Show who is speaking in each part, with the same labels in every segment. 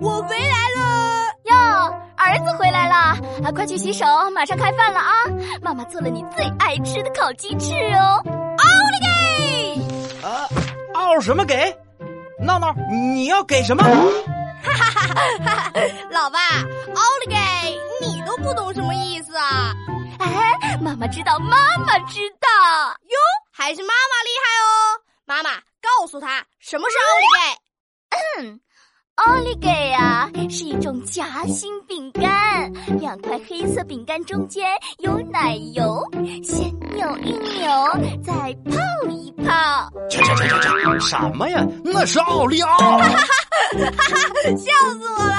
Speaker 1: 我回来了！
Speaker 2: 哟，儿子回来了，啊，快去洗手，马上开饭了啊！妈妈做了你最爱吃的烤鸡翅哦，奥利给！
Speaker 3: 啊，嗷什么给？闹闹，你要给什么？
Speaker 1: 老爸，奥利给！你都不懂什么意思啊？
Speaker 2: 哎，妈妈知道，妈妈知道。
Speaker 1: 哟，还是妈妈厉害哦！妈妈，告诉他什么是奥利给。
Speaker 2: 奥利给啊，是一种夹心饼干，两块黑色饼干中间有奶油，先扭一扭，再泡一泡。
Speaker 3: 这这这这这什么呀？那是奥 利奥！
Speaker 1: 笑死我了！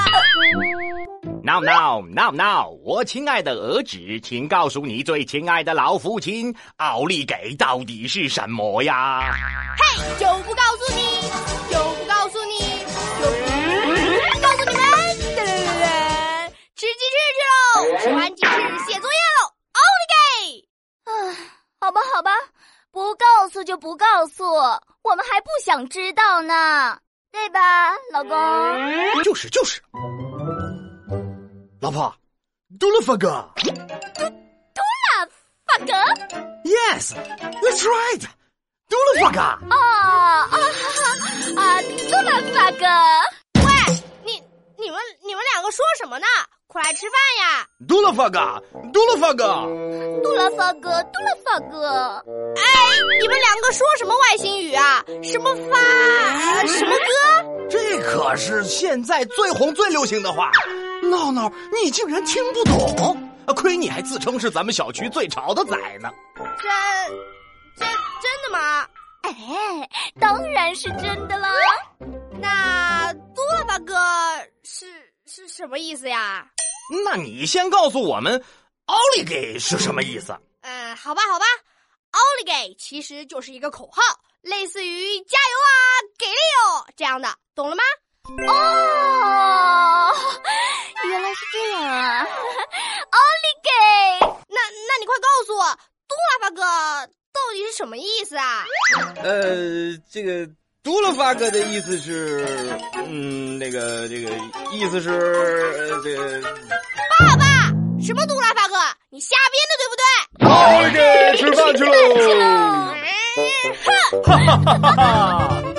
Speaker 4: 闹闹闹闹！我亲爱的儿子，请告诉你最亲爱的老父亲，奥利给到底是什么呀？
Speaker 1: 就不告诉你，就不告诉你，就不告诉你们！噔噔噔，吃鸡翅去喽！吃完鸡翅写作业喽！奥利给！
Speaker 2: 好吧，好吧，不告诉就不告诉，我们还不想知道呢，对吧，老公？
Speaker 3: 就是就是。老婆，嘟噜发哥
Speaker 2: 发哥，
Speaker 3: ，Yes，That's right，嘟噜发哥。
Speaker 2: 哦啊啊，多么发哥。
Speaker 1: 你、你们、你们两个说什么呢？快来吃饭呀！
Speaker 3: 嘟噜发哥，嘟噜发哥，
Speaker 2: 杜拉发哥，杜拉发哥，
Speaker 1: 你们两个说什么外星语啊？什么发、呃什么歌？
Speaker 3: 这可是现在最红最流行的话。闹闹，你竟然听不懂？啊亏你还自称是咱们小区最潮的仔呢！
Speaker 1: 这、这真的吗？
Speaker 2: 哎，当然是真的啦！
Speaker 1: 那多了吧哥是是什么意思呀？
Speaker 3: 那你先告诉我们，奥利给是什么意思？
Speaker 1: 嗯，好吧，好吧，奥利给其实就是一个口号，类似于加油啊、给力哦这样的，懂了吗？
Speaker 2: 哦，原来是这样啊！奥利给，
Speaker 1: 那那你快告诉我，多拉巴哥到底是什么意思啊？
Speaker 5: 呃，这个嘟噜发哥的意思是，嗯，那个这个意思是，呃，这个
Speaker 1: 什么多拉巴哥？你瞎编的对不 对？
Speaker 5: 好，这吃饭去喽。
Speaker 2: 去喽！
Speaker 3: 哈哈哈哈！